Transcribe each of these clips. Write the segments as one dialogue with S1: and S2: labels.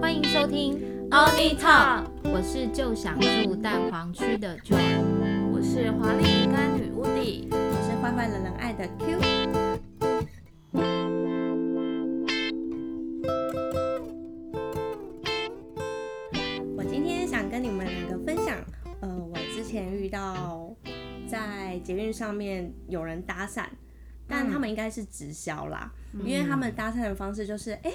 S1: 欢迎收听
S2: Only Talk
S1: 我是就想住蛋黄区的 Joy。
S2: 我是华丽鱼干女巫弟，
S3: 我是坏坏人人爱的 Q。我今天想跟你们两个分享，呃，我之前遇到在捷运上面有人搭讪，但他们应该是直销啦，因为他们搭讪的方式就是，哎、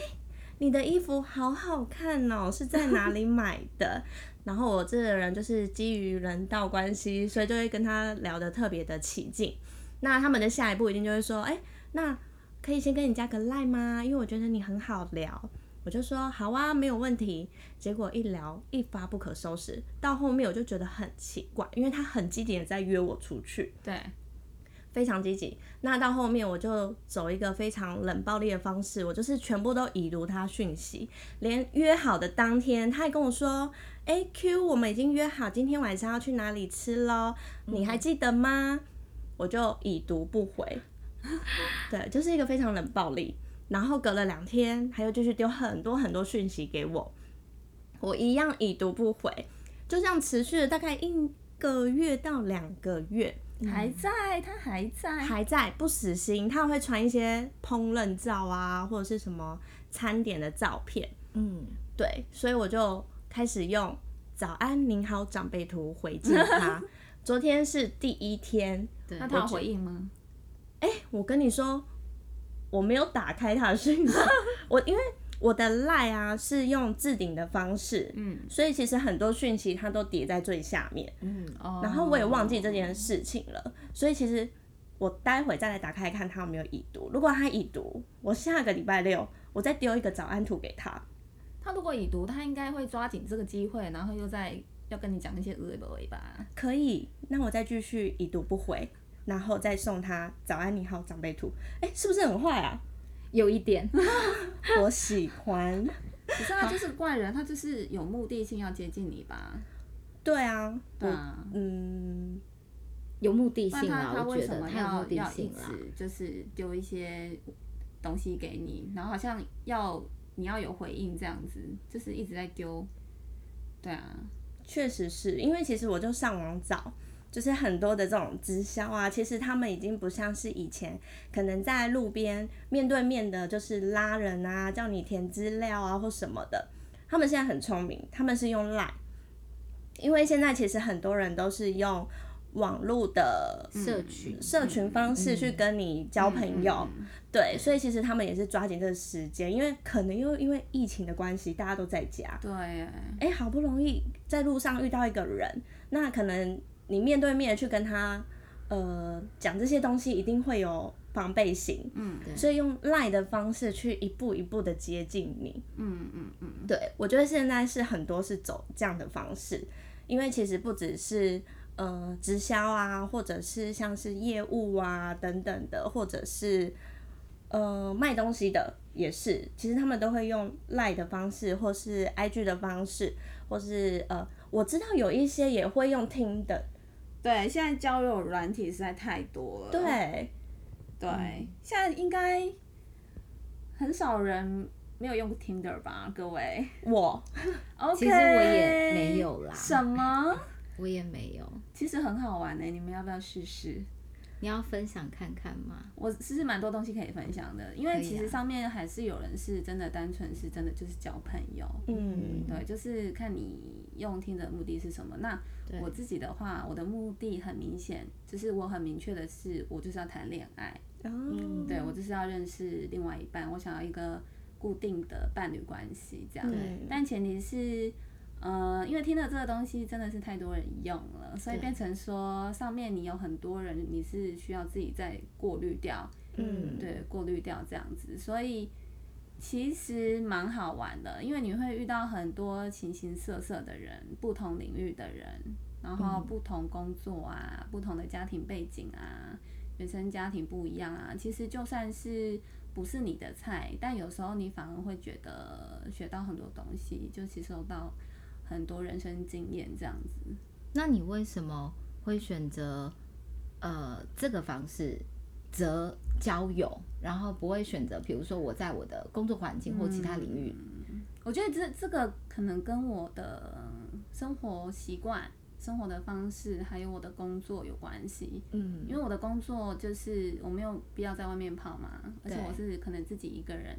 S3: 你的衣服好好看哦，是在哪里买的？然后我这个人就是基于人道关系，所以就会跟他聊得特别的起劲。那他们的下一步一定就会说，哎、那可以先跟你加个赖吗？因为我觉得你很好聊。我就说好啊，没有问题。结果一聊一发不可收拾，到后面我就觉得很奇怪，因为他很积极的在约我出去，
S2: 对，
S3: 非常积极。那到后面我就走一个非常冷暴力的方式，我就是全部都已读他讯息，连约好的当天他还跟我说：“哎、q 我们已经约好今天晚上要去哪里吃喽，你还记得吗？”我就已读不回，对，就是一个非常冷暴力。然后隔了两天，他又继续丢很多很多讯息给我，我一样已读不回，就这样持续了大概一个月到两个月。
S2: 还在，他还在，
S3: 还在不死心，他会传一些烹饪照啊，或者是什么餐点的照片。
S2: 嗯，
S3: 对，所以我就开始用“早安您好长辈图”回敬他。昨天是第一天，
S1: 对
S2: 那，他有回应吗？
S3: 哎、我跟你说，我没有打开他的讯息，我因为我的赖啊是用置顶的方式，
S2: 嗯
S3: 所以其实很多讯息它都叠在最下面。
S2: 嗯哦，
S3: 然后我也忘记这件事情了，所以其实我待会再来打开看他有没有已读。如果他已读，我下个礼拜六我再丢一个早安图给他。
S2: 他如果已读，他应该会抓紧这个机会，然后又在要跟你讲那些恶的尾吧。
S3: 可以，那我再继续已读不回，然后再送他早安你好长辈图。哎、是不是很坏啊？
S2: 有一点，
S3: 我喜欢。
S2: 可是他就是怪人，他就是有目的性要接近你吧？
S3: 对啊，
S2: 对
S3: 我
S2: 啊，
S3: 嗯，
S1: 有目的
S2: 不然
S1: 性
S2: 他
S1: 啦，
S2: 他
S1: 我
S2: 为
S1: 觉
S2: 什
S1: 得
S2: 么
S1: 他有目
S2: 要
S1: 的
S2: 要一
S1: 性啊啦。
S2: 直就是丢一些东西给你，然后好像要你要有回应这样子，就是一直在丢。对啊，
S3: 确实是因为其实我就上网找，就是很多的这种直销啊，其实他们已经不像是以前可能在路边面对面的，就是拉人啊，叫你填资料啊或什么的。他们现在很聪明，他们是用 Line，因为现在其实很多人都是用网络的
S1: 社群
S3: 社群方式去跟你交朋友，
S2: 嗯
S3: 对，所以其实他们也是抓紧这个时间，因为可能又因为疫情的关系，大家都在家，
S2: 对，
S3: 哎、好不容易在路上遇到一个人，那可能你面对面去跟他，呃，讲这些东西，一定会有防备心，
S2: 嗯
S1: 对
S3: 所以用赖的方式去一步一步的接近你。
S2: 嗯嗯嗯，
S3: 对我觉得现在是很多是走这样的方式，因为其实不只是呃直销啊，或者是像是业务啊等等的，或者是呃卖东西的也是，其实他们都会用赖的方式，或是 IG 的方式，或是呃我知道有一些也会用听的，
S2: 对，现在交友软体实在太多了。
S3: 对，
S2: 对，现在应该很少人没有用 Tinder 吧，各位
S3: 我
S2: ？OK，
S1: 其实我也没有啦
S2: 什么？
S1: 我也没有，
S2: 其实很好玩呢、你们要不要试试？
S1: 你要分享看看吗？
S2: 我其实蛮多东西可以分享的，因
S1: 可
S2: 为
S1: 以
S2: 其实
S1: 啊
S2: 上面还是有人是真的单纯是真的就是交朋友，
S3: 嗯
S2: 对，就是看你用听的目的是什么。那
S1: 对
S2: 我自己的话，我的目的很明显，就是我很明确的是，我就是要谈恋爱，
S3: 嗯
S2: 对我就是要认识另外一半，我想要一个固定的伴侣关系这样。
S3: 对
S2: 但前提是，呃，因为听的这个东西真的是太多人用了，所以
S1: 对
S2: 变成说上面你有很多人，你是需要自己再过滤掉，
S3: 嗯
S2: 对，过滤掉这样子，所以其实蛮好玩的，因为你会遇到很多形形色色的人，不同领域的人，然后不同工作啊，不同的家庭背景啊，原生家庭不一样啊，其实就算是。不是你的菜，但有时候你反而会觉得学到很多东西，就吸收到很多人生经验这样子。
S1: 那你为什么会选择呃这个方式择交友，然后不会选择，比如说我在我的工作环境或其他领域，
S2: 我觉得这这个可能跟我的生活习惯、生活的方式，还有我的工作有关系。
S3: 嗯，
S2: 因为我的工作就是我没有必要在外面跑嘛，而且
S1: 对
S2: 我是可能自己一个人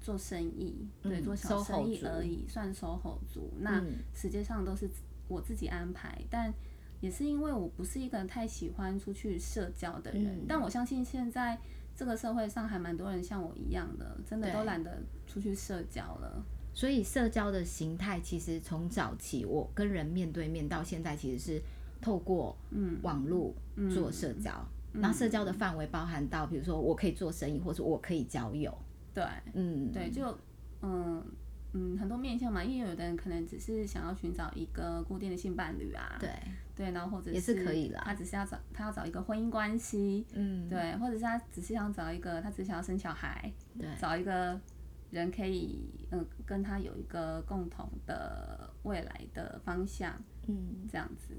S2: 做生意，对，
S1: 嗯
S2: 做小生意
S1: SOHO 族
S2: 而已，算守候族。那
S1: 嗯
S2: 时间上都是我自己安排，但也是因为我不是一个太喜欢出去社交的人，
S1: 嗯
S2: 但我相信现在这个社会上还蛮多人像我一样的，真的
S1: 对
S2: 都懒得出去社交了。
S1: 所以社交的形态其实从早期我跟人面对面到现在，其实是透过
S2: 嗯
S1: 网络做社交。然后社交的范围包含到，比如说我可以做生意，或者我可以交友，
S2: 对
S1: 嗯，
S2: 对，就嗯嗯很多面向嘛，因为有的人可能只是想要寻找一个固定的性伴侣啊，
S1: 对，
S2: 对，然后或者
S1: 也是可以啦
S2: 他只是要找他要找一个婚姻关系，
S1: 嗯，
S2: 对，或者是他只是想找一个他只想要生小孩，
S1: 对
S2: 找一个人可以嗯、呃跟他有一个共同的未来的方向
S1: 嗯，
S2: 这样子。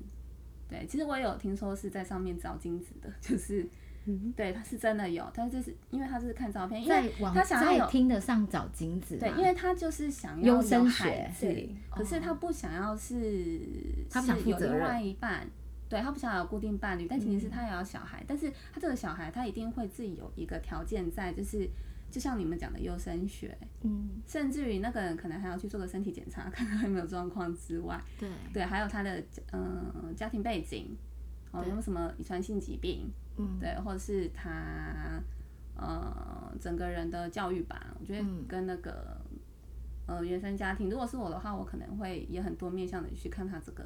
S2: 对，其实我也有听说是在上面找金子的，就是，
S1: 嗯
S2: 对，他是真的有，但是就是因为他是看照片，因
S1: 在
S2: 为
S1: 网
S2: 他想要
S1: 在
S2: 有
S1: 听得上找金子嘛，
S2: 对，因为他就是想
S1: 优
S2: 要有
S1: 生
S2: 孩
S1: 学哦
S2: 子
S3: 对，
S2: 可是他不想要是，
S1: 他不想
S2: 是
S1: 负
S2: 有
S1: 责
S2: 另
S1: 任嗯
S2: 外一半，对他不想要有固定伴侣，但前提是他也要小孩，但是他这个小孩他一定会自己有一个条件在，就是就像你们讲的优生学，
S1: 嗯，
S2: 甚至于那个人可能还要去做个身体检查，看看有没有状况之外，
S1: 对，
S2: 对，还有他的嗯、家庭背景，哦，有没有什么遗传性疾病，
S1: 嗯，
S2: 对，或者是他呃整个人的教育吧，我觉得
S1: 嗯
S2: 跟那个、呃原生家庭，如果是我的话，我可能会也很多面向的去看他这个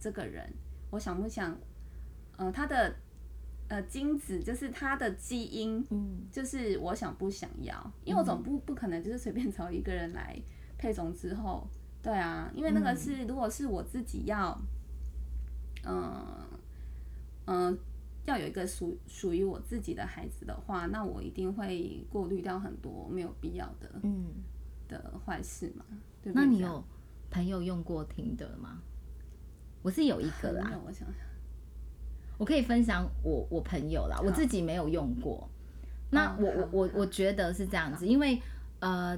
S2: 这个人，我想不想，呃，他的呃精子就是他的基因，
S1: 嗯，
S2: 就是我想不想要，因为我总不不可能就是随便 找一个人来配种之后，对啊，因为那个
S1: 嗯
S2: 是、如果是我自己要，嗯、嗯、要有一个属属于我自己的孩子的话，那我一定会过滤掉很多没有必要的
S1: 嗯，
S2: 的坏事嘛。对不对
S1: 那你有朋友用过听的吗？我是有一
S2: 这
S1: 个
S2: 样
S1: 啦
S2: 没，有？我想想，
S1: 我可以分享我我朋友啦，我自己没有用过。那
S2: 哦
S1: 我
S2: 好
S1: 我我
S2: 好
S1: 我觉得是这样子，因为呃，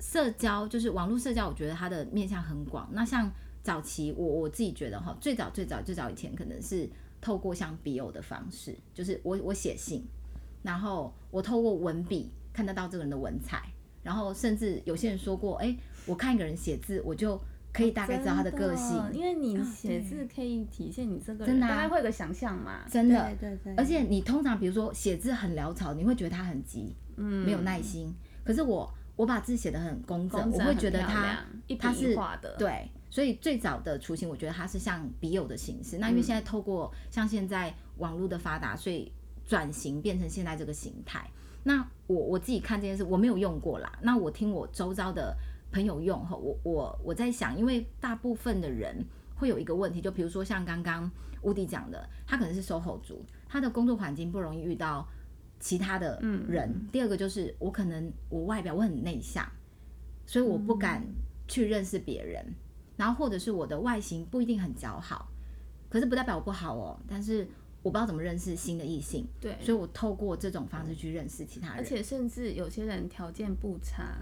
S1: 社交就是网络社交，我觉得它的面向很广。那像早期我我自己觉得哈，最早最早最早以前可能是透过像笔友的方式，就是我我写信，然后我透过文笔看得到这个人的文采，然后甚至有些人说过，哎、我看一个人写字，我就可以大概知道他的个性，
S2: 因为你写
S3: 写字
S2: 字可以体现你这个
S1: 人
S2: 人，
S1: 真的啊
S2: 大概会有个想象嘛。
S1: 真的。
S3: 对对对，
S1: 而且你通常比如说写字很潦草，你会觉得他很急，
S2: 嗯，
S1: 没有耐心。可是我我把字写得很工整，
S2: 工整
S1: 我会觉得
S2: 很漂
S1: 他
S2: 亮一笔
S1: 他
S2: 一
S1: 是
S2: 画的
S1: 对。所以最早的雏形，我觉得它是像笔友的形式。那因为现
S2: 嗯
S1: 在透过像现在网络的发达，所以转型变成现在这个形态。那我我自己看这件事，我没有用过啦。那我听我周遭的朋友用后，我我我在想，因为大部分的人会有一个问题，就比如说像刚刚乌迪讲的，他可能是 SOHO 族，他的工作环境不容易遇到其他的
S2: 嗯
S1: 人。第二个就是我可能我外表我很内向，所以我不敢
S2: 嗯
S1: 去认识别人，然后或者是我的外形不一定很姣好，可是不代表我不好哦，但是。我不知道怎么认识新的异性，
S2: 对嗯
S1: 所以我透过这种方式去认识其他人。
S2: 而且甚至有些人条件不差，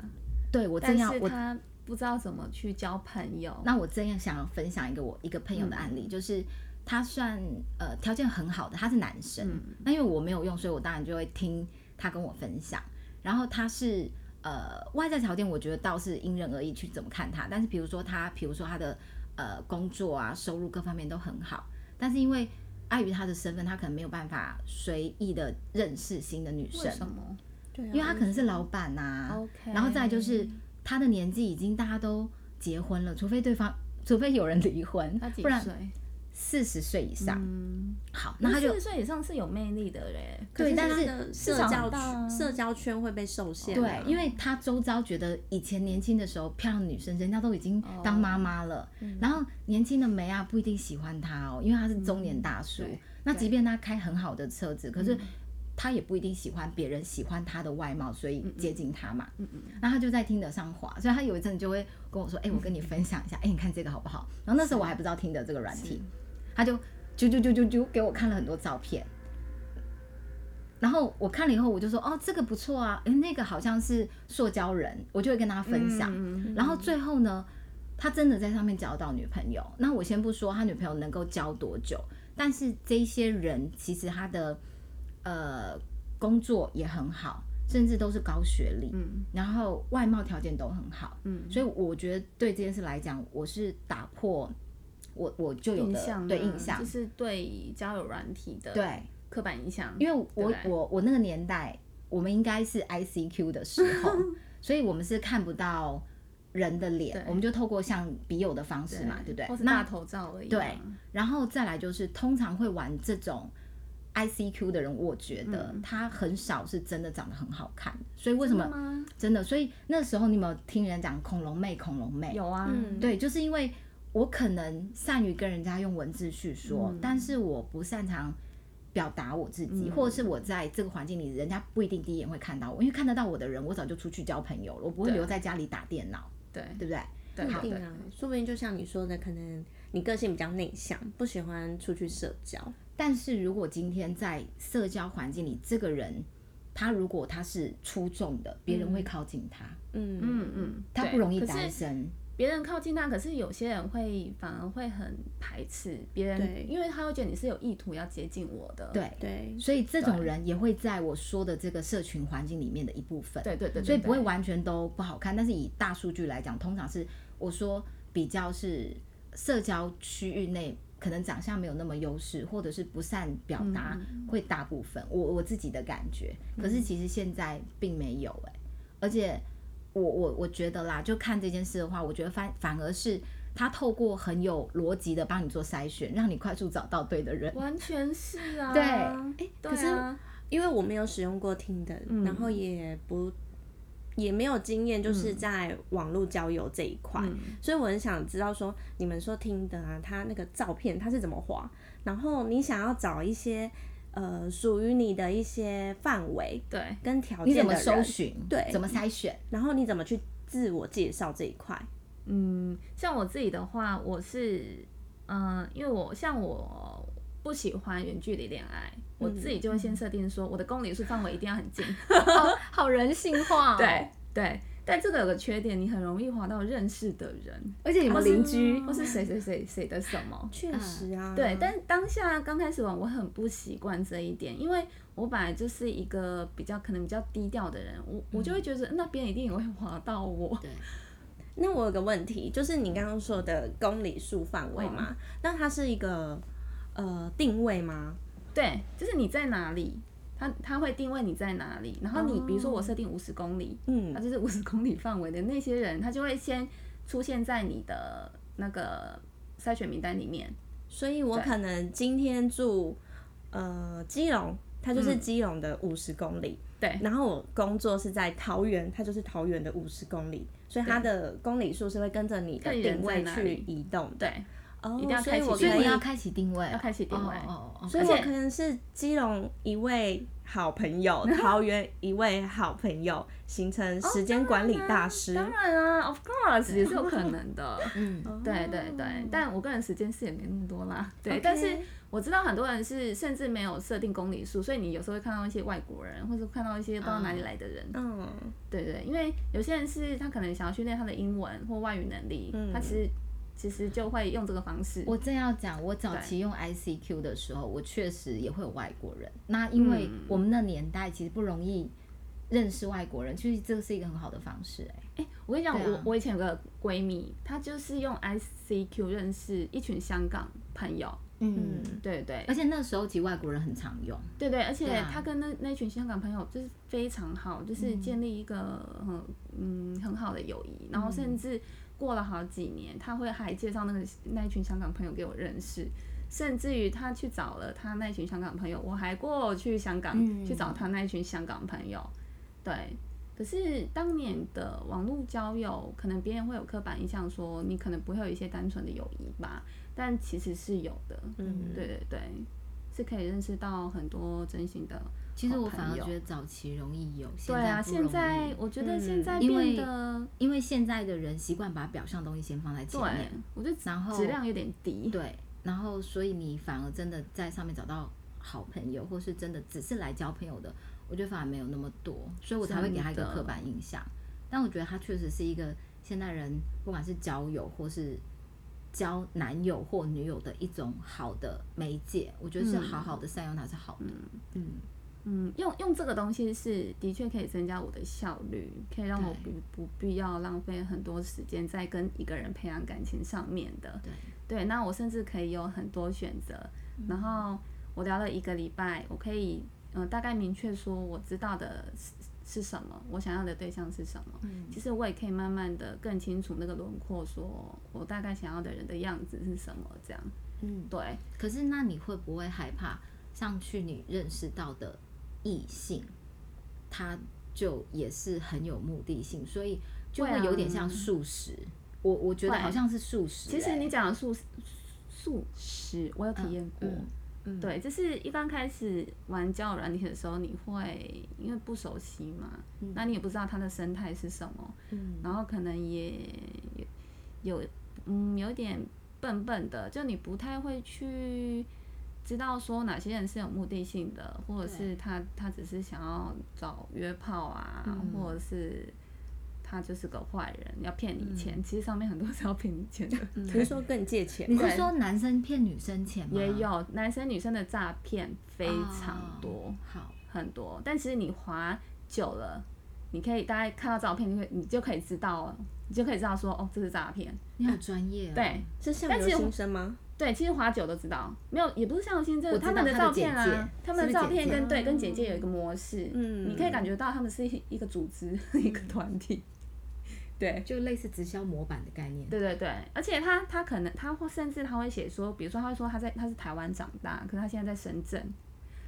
S1: 对我
S2: 但
S1: 正要
S2: 是
S1: 我
S2: 他不知道怎么去交朋友。
S1: 那我真要想要分享一个我一个朋
S2: 嗯
S1: 友的案例，就是他算呃条件很好的，他是男生。
S2: 嗯
S1: 那因为我没有用，所以我当然就会听他跟我分享。然后他是呃外在条件，我觉得倒是因人而异去怎么看他。但是比如说他，比如说他的呃工作啊、收入各方面都很好，但是因为碍于他的身份，他可能没有办法随意的认识新的女
S2: 为
S1: 生。
S2: 什么？
S3: 对啊
S1: 因为他可能是老板呐、
S2: OK
S1: 然后再来就是他的年纪已经大家都结婚了，除非对方，除非有人离婚
S2: 他，几
S1: 不然
S2: 岁？
S1: 四十岁以上，
S2: 嗯，
S1: 好，那他就
S2: 四十岁以上是有魅力的嘞。
S3: 可是
S1: 对但
S3: 他
S1: 是
S3: 的
S2: 至
S3: 社
S2: 少
S3: 交
S2: 到啊
S3: 圈社交圈会被受限啊，
S1: 对，因为他周遭觉得以前年轻的时候漂亮的女生，人家都已经当妈妈了，然后年轻的梅啊不一定喜欢他哦，因为他是中年大叔。
S2: 对
S1: 那即便他开很好的车子，可是他也不一定喜欢别人喜欢他的外貌，所以接近他嘛。嗯嗯。那他就在听得上滑，所以他有一阵就会跟我说：“哎、我跟你分享一下，哎、你看这个好不好？”然后那时候我还不知道听的这个软体，他就啾啾啾啾啾给我看了很多照片。然后我看了以后，我就说哦，这个不错啊，诶，那个好像是塑胶人，我就会跟他分享。
S2: 嗯
S1: 然后最后呢，他真的在上面交到女朋友。那我先不说他女朋友能够交多久，但是这一些人其实他的呃工作也很好，甚至都是高学历，
S2: 嗯
S1: 然后外貌条件都很好，
S2: 嗯
S1: 所以我觉得对这件事来讲，我是打破我我就有
S2: 印
S1: 的
S2: 象
S1: 对
S2: 啊
S1: 印象
S2: 就，是对交友软体的
S1: 对，
S2: 刻板印象，
S1: 因为我
S2: 对不对
S1: 我我那个年代，我们应该是 ICQ 的时 候，所以我们是看不到人的脸
S2: 对，
S1: 我们就透过像笔友的方式嘛，对不
S2: 或
S1: 对？
S2: 是大
S1: 那
S2: 头照而已嘛，啊
S1: 对然后再来就是，通常会玩这种 ICQ 的人，我觉得
S2: 嗯
S1: 他很少是真的长得很好看，所以为
S2: 为
S1: 什么真的？所以那时候你有没有听人讲恐龙妹？恐龙妹，
S2: 有啊？
S3: 嗯
S1: 对，就是因为我可能善于跟人家用文字叙说，
S2: 嗯
S1: 但是我不擅长表达我自己，
S2: 嗯
S1: 或者是我在这个环境里，人家不一定第一眼会看到我，因为看得到我的人，我早就出去交朋友了，我不会
S2: 对
S1: 留在家里打电脑，
S2: 对
S1: 对不对？
S2: 对，
S3: 不
S2: 对
S3: 一定啊，说不定就像你说的，可能你个性比较内向，不喜欢出去社交。
S1: 但是如果今天在社交环境里，这个人他如果他是出众的，别人会靠近他，
S3: 嗯
S2: 嗯嗯，
S1: 他
S2: 对
S1: 不容易
S2: 可是
S1: 单身。
S2: 别人靠近他，可是有些人会反而会很排斥别
S3: 对
S2: 人，因为他会觉得你是有意图要接近我的。
S1: 对
S3: 对，
S1: 所以这种人也会在我说的这个社群环境里面的一部分。
S2: 对对对，
S1: 所以
S2: 对
S1: 不会
S2: 对
S1: 完全都不好看。但是以大数据来讲，通常是我说比较是社交区域内，可能长相没有那么优势，或者是不善表
S2: 嗯
S1: 达，会大部分。我我自己的感觉，可是其实现在并没有哎、而且我我我觉得啦，就看这件事的话，我觉得反反而是他透过很有逻辑的帮你做筛选，让你快速找到对的人。
S2: 完全是啊。
S1: 对
S2: 哎，
S3: 可是因为我没有使用过听的，
S2: 嗯
S3: 然后也不也没有经验，
S1: 嗯
S3: 就是在网络交友这一块，
S2: 嗯
S3: 所以我很想知道说，你们说听的啊，它那个照片它是怎么滑，然后你想要找一些呃属于你的一些范围
S2: 对，
S3: 跟条
S1: 你
S3: 件
S1: 怎么
S3: 的
S1: 搜
S3: 人，
S1: 寻？
S3: 对
S1: 怎么筛选？
S3: 然后你怎么去自我介绍这一块，
S2: 嗯，像我自己的话，我是嗯、呃因为我像我不喜欢远距离恋爱，我自己就
S1: 嗯
S2: 会先设定说我的公里数范围一定要很 近。
S1: 好好人性化、哦。
S2: 对，对，但这个有个缺点，你很容易滑到认识的人，
S1: 而且你
S2: 或
S1: 们
S2: 是嗯
S1: 邻居
S2: 或是谁谁谁谁的什么。
S3: 确实
S2: 嗯
S3: 啊，
S2: 对，但当下刚开始玩，我很不习惯这一点，因为我本来就是一个比较可能比较低调的人，我我就
S3: 嗯
S2: 会觉得那边一定也会滑到 我。
S1: 对。
S3: 那我有个问题，就是你刚刚说的公里数范围嘛，
S2: 嗯
S3: 那它是一个呃定位吗？
S2: 对，就是你在哪里，它它会定位你在哪里，然后你、比如说
S3: 哦
S2: 我设定五十公里，
S3: 嗯
S2: 它，就是五十公里范围的那些人，他就会先出现在你的那个筛选名单里面。
S3: 所以我可能今天住呃基隆，它就是基隆的五十公里，
S2: 嗯对
S3: 然后我工作是在桃园，它就是桃园的五十公里，所以它的公里数是会跟着你的
S2: 看人
S3: 定
S2: 在
S3: 位
S2: 哪
S3: 去
S2: 里
S3: 移动的。
S2: 对，
S3: 哦，
S2: 一定要
S3: 所以
S2: 开启
S3: 我可
S1: 所以你
S3: 以，
S1: 要开启定位哦，
S2: 要开启定位
S1: 哦哦哦哦
S3: 所以
S2: 而
S3: 我
S2: 且
S3: 啊可能是基隆一位好 朋友，
S2: 嗯
S3: 桃园一位好朋友，形成时间管理大师。
S2: 当然啊，of course 也是有可能的。
S1: 嗯，
S3: 哦
S2: 对对对，但我个人时间是也没那么多啦。对
S3: OK
S2: 但是我知道很多人是甚至没有设定公里数，所以你有时候会看到一些外国人，或者看到一些不知道哪里来的人。
S3: 嗯，
S2: 对对，因为有些人是他可能想要训练他的英文或外语能力，
S3: 嗯
S2: 他其实其实就会用这个方式。
S1: 我正要讲，我早期用 ICQ 的时候，我确实也会有外国人。那因为
S2: 嗯
S1: 我们那年代其实不容易认识外国人，其实这个是一个很好的方式、哎，
S2: 我跟你讲，
S1: 对啊
S2: 我我以前有个闺蜜，她就是用 ICQ 认识一群香港朋友。
S1: 嗯，
S2: 对对
S1: 而且那时候其实外国人很常用，
S2: 对对，而且
S1: 啊嗯
S2: 她跟那那群香港朋友就是非常好，就是建立一个很嗯很好的友谊，
S1: 嗯
S2: 然后甚至过了好几年，她会还介绍那个那一群香港朋友给我认识。甚至于她去找了她那群香港朋友，我还过去香港、
S1: 嗯
S2: 去找她那群香港朋友，对。可是当年的网络交友，可能别人会有刻板印象，说你可能不会有一些单纯的友谊吧，但其实是有的，
S3: 嗯
S2: 对对对，是可以认识到很多真心的。
S1: 其实我
S2: 好朋
S1: 反而
S2: 友
S1: 觉得早期容易有，
S2: 对啊，
S1: 不容
S2: 现
S1: 易
S2: 在我觉得现在
S3: 嗯
S1: 因为
S2: 变得、
S1: 因为现在的人习惯把表象东西先放在前
S2: 对
S1: 面，，
S2: 我觉得
S1: 然后
S2: 质量有点低。
S1: 对，然后所以你反而真的在上面找到好朋友，或是真的只是来交朋友的，我觉得反而没有那么多，所以我才会给他一个
S2: 真的
S1: 刻板印象。但我觉得他确实是一个现代人，不管是交友或是交男友或女友的一种好的媒介，我觉得是
S2: 嗯
S1: 好好的善用它是好的。嗯
S2: 嗯，用用这个东西是的确可以增加我的效率，可以让我不
S1: 对
S2: 不必要浪费很多时间在跟一个人培养感情上面的。
S1: 对
S2: 对，那我甚至可以有很多选择。
S1: 嗯
S2: 然后我聊了一个礼拜，我可以嗯、呃大概明确说我知道的是是什么，我想要的对象是什么。
S1: 嗯
S2: 其实我也可以慢慢的更清楚那个轮廓，说我大概想要的人的样子是什么这样。
S1: 嗯，
S2: 对，
S1: 可是那你会不会害怕上去你认识到的异性，他就也是很有目的性，所以就
S2: 会
S1: 会
S2: 啊
S1: 有点像素食。我我觉得
S2: 会
S1: 好像是素食、
S2: 其实
S1: 欸
S2: 你讲的素素食，我有体验过。
S1: 嗯嗯
S2: 对，就是一刚开始玩交友软体的时候，你会因为不熟悉嘛，那你也不知道它的生态是什么，然后可能也有有嗯有点笨笨的，就你不太会去知道说哪些人是有目的性的，或者是他他只是想要找约炮啊，或者是。他就是个坏人，要骗你钱。其实上面很多是要骗你钱的，
S3: 你是说跟你借钱
S1: 你
S3: 吗？
S1: 是说男生骗女生钱吗？
S2: 也有啊男生女生的诈骗非常多。
S1: 哦好，
S2: 很多，但其实你滑久了，你可以大概看到照片，你会你就可以知道了，你就可以知道说哦，这是诈骗。
S1: 你好专业哦。
S2: 对
S3: 是相
S2: 但
S3: 由
S2: 是我
S3: 心生吗？
S2: 对，其实滑久都知道，没有也不是相信这
S1: 我
S2: 个
S1: 知道
S2: 他们的照片
S1: 他的简
S2: 啊
S1: 介，
S2: 他们的照片
S1: 是不是简介
S2: 跟对跟简介有一个模式，
S3: 嗯
S2: 你可以感觉到他们是一一个组织 一个团体，对。
S1: 就类似直销模板的概念。
S2: 对对对，而且他他可能他会甚至他会写说，比如说他会说他在他是台湾长大，可是他现在在深圳，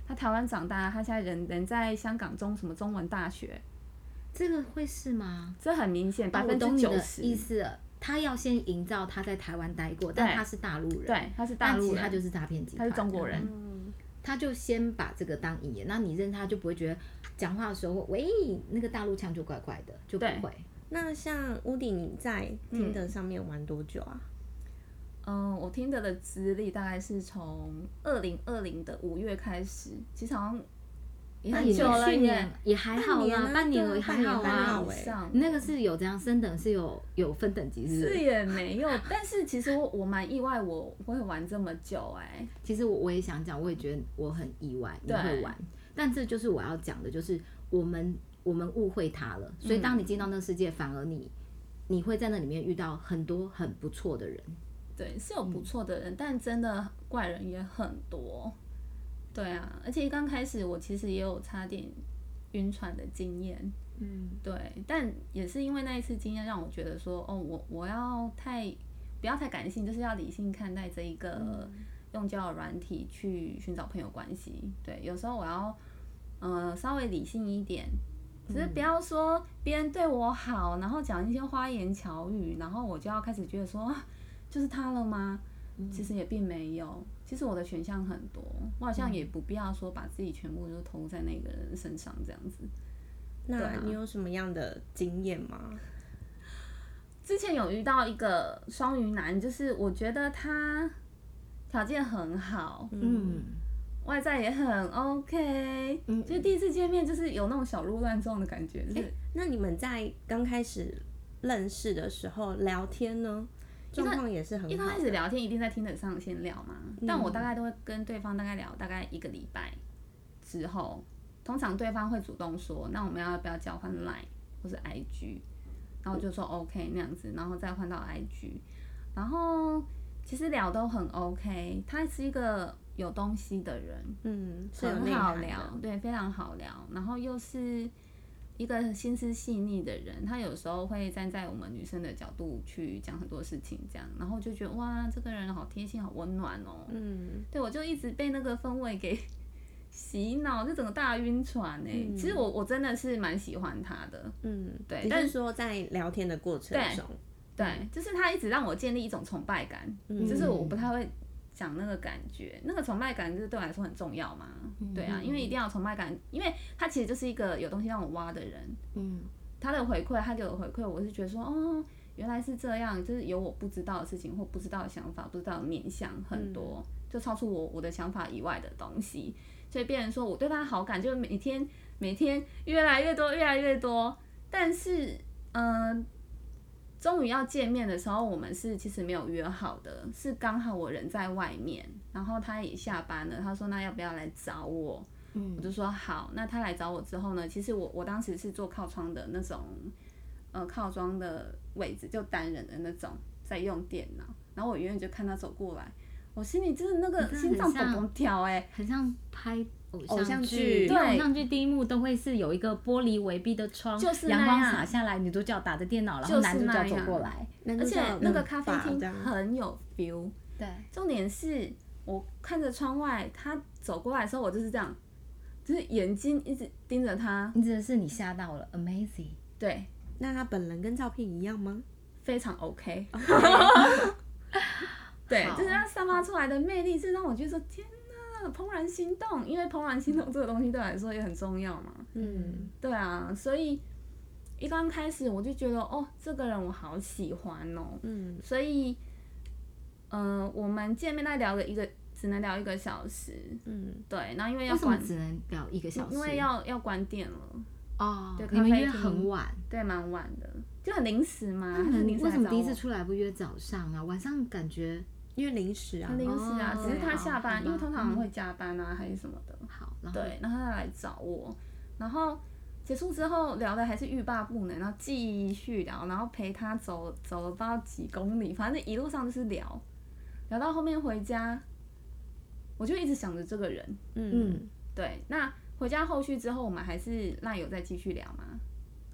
S2: 他台湾长大，他现在人人在香港中什么中文大学，
S1: 这个会是吗？
S2: 这很明显，
S1: 哦
S2: 百
S1: 我
S2: 分
S1: 懂
S2: 之
S1: 你
S2: 九
S1: 的
S2: 十
S1: 意思了，他要先营造他在台湾待过，但他是大陆人，
S2: 对，他是大
S1: 但其
S2: 陆
S1: 实他
S2: 人，
S1: 就是诈骗集
S2: 他
S1: 团，
S2: 是中国人，
S3: 嗯，
S1: 他就先把这个当引言，那你认他就不会觉得讲话的时候喂那个大陆腔就怪怪的，就不
S2: 对
S1: 会。
S3: 那像乌迪，你在 Tinder 上面玩多久啊？
S2: 嗯，我听得的资历大概是从二零二零的五月开始，其实好像也
S1: 那
S2: 很
S1: 也
S2: 久了
S1: 去年
S2: 耶，
S1: 也还好
S3: 半年
S1: 啦，
S3: 啊
S1: 半年
S3: 对啊
S1: 而已还
S3: 半年
S1: 好
S3: 半年
S1: 啊
S3: 好。
S2: 以上
S1: 那个是有这样升等是有有分等级是不
S2: 是
S1: 是？
S2: 也没有，但是其实我我蛮意外，我会玩这么久哎、
S1: 其实我我也想讲，我也觉得我很意外你
S2: 对
S1: 会玩，但这就是我要讲的，就是我们我们误会他了，所以当你进到那个世界，反而你你会在那里面遇到很多很不错的人。
S2: 对，是有不错的人，但真的怪人也很多。对啊，而且一刚开始我其实也有差点晕船的经验，
S1: 嗯，
S2: 对，但也是因为那一次经验，让我觉得说，哦，我我要太不要太感性，就是要理性看待这一个用交友软体去寻找朋友关系。对，有时候我要呃稍微理性一点，只是不要说别人对我好，然后讲一些花言巧语，然后我就要开始觉得说，啊就是他了吗？
S1: 嗯
S2: 其实也并没有。其实我的选项很多，我好
S1: 嗯
S2: 像也不必要说把自己全部就投在那个人身上这样子。
S3: 那
S2: 啊
S3: 你有什么样的经验吗？
S2: 之前有遇到一个双鱼男，就是我觉得他条件很好，
S1: 嗯，
S2: 外在也很 OK，、
S1: 嗯
S2: 就第一次见面就是有那种小鹿乱撞的感觉，就是、
S3: 那你们在刚开始认识的时候聊天呢，状况也是很
S2: 一
S3: 好嗯
S2: 开始聊天一定在听得上先聊嘛，但我大概都会跟对方大概聊大概一个礼拜之后，通常对方会主动说，那我们要不要交换 Line 或是 IG，然后我就说 OK 那样子，然后再换到 IG，然后其实聊都很 OK，他是一个有东西的人，
S3: 嗯，是有
S2: 很
S3: 内
S2: 好
S3: 涵
S2: 聊
S3: 的，，
S2: 对，非常好聊。然后又是一个心思细腻的人，他有时候会站在我们女生的角度去讲很多事情，这样，然后就觉得哇，这个人好贴心，好温暖哦。
S3: 嗯，
S2: 对我就一直被那个氛围给 洗脑，就整个大晕船哎、其实我我真的是蛮喜欢他的，
S3: 嗯，
S2: 对
S3: 你
S2: 但
S3: 是说在聊天的过程中，
S2: 对，就是他一直让我建立一种崇拜感，就是我不太会讲那个感觉，那个崇拜感就是对我来说很重要嘛，对啊，因为一定要有崇拜感，因为他其实就是一个有东西让我挖的人，
S1: 嗯，
S2: 他的回馈，他给我的回馈，我是觉得说，哦，原来是这样，就是有我不知道的事情或不知道的想法，不知道的面向很多，就超出我我的想法以外的东西，所以变成说我对他好感就每天每天越来越多，越来越多。但是，嗯、终于要见面的时候，我们是其实没有约好的，是刚好我人在外面，然后他也下班了，他说那要不要来找我？
S1: 嗯
S2: 我就说好。那他来找我之后呢，其实我我当时是坐靠窗的那种，呃，靠窗的位置，就单人的那种，在用电脑。然后我远远就看他走过来，我心里真的那
S1: 你
S2: 个
S1: 真的
S2: 心脏
S1: 很
S2: 砰
S1: 像
S2: 砰跳哎、
S1: 很像拍偶
S3: 偶
S1: 像
S3: 像
S1: 剧，
S3: 剧
S1: 因为偶
S2: 对
S1: 像剧第一幕都会是有一个玻璃围蔽的窗，
S2: 就是
S1: 阳
S2: 那
S1: 光
S2: 样
S1: 洒下来，女主角打着电脑，然
S2: 就
S1: 后
S2: 是
S1: 男主角
S2: 那
S1: 走
S2: 样
S1: 过来，
S3: 而
S2: 而且那个咖啡厅
S3: 嗯这样
S2: 很有 feel。
S1: 对，
S2: 重点是我看着窗外，他走过来的时候，我就是这样，就是眼睛一直盯着他，
S1: 你指的是你吓到了，amazing，
S2: 对，
S3: 那他本人跟照片一样吗？
S2: 非常 OK。对，
S1: 好
S2: 就是他散发出来的魅力，是让我觉得说天哪，怦然心动。因为怦然心动这个东西对我来说也很重要嘛。
S3: 嗯，
S2: 对啊，所以一刚开始我就觉得哦，这个人我好喜欢哦。
S3: 嗯，
S2: 所以，嗯、我们见面再聊个一个，只能聊一个小时。
S3: 嗯，
S2: 对，那因为要
S1: 为什么
S2: 关，
S1: 只能聊一个小时？
S2: 因为要要关店了，
S1: 哦
S2: 对，咖
S1: 你们
S2: 啡
S1: 约
S2: 厅
S1: 很晚，
S2: 对，蛮晚的，就很临时嘛。
S1: 那你
S2: 很
S1: 们
S2: 临时
S1: 为什么
S2: 来找
S1: 第一次
S2: 我
S1: 出来不约早上啊？晚上感觉
S3: 因为零食啊
S2: 很，临时啊？
S1: 哦
S2: 只是他下
S1: 好
S2: 班，因为
S1: 吧嗯
S2: 通常会加班啊，还是什么的。
S1: 好，然后
S2: 对，然后他来找我，然后结束之后聊的还是欲罢不能，然后继续聊，然后陪他走走了不知道几公里，反正一路上就是聊，聊到后面回家，我就一直想着这个人。
S3: 嗯，
S2: 对，那回家后续之后，我们还是那有再继续聊吗？
S1: 啊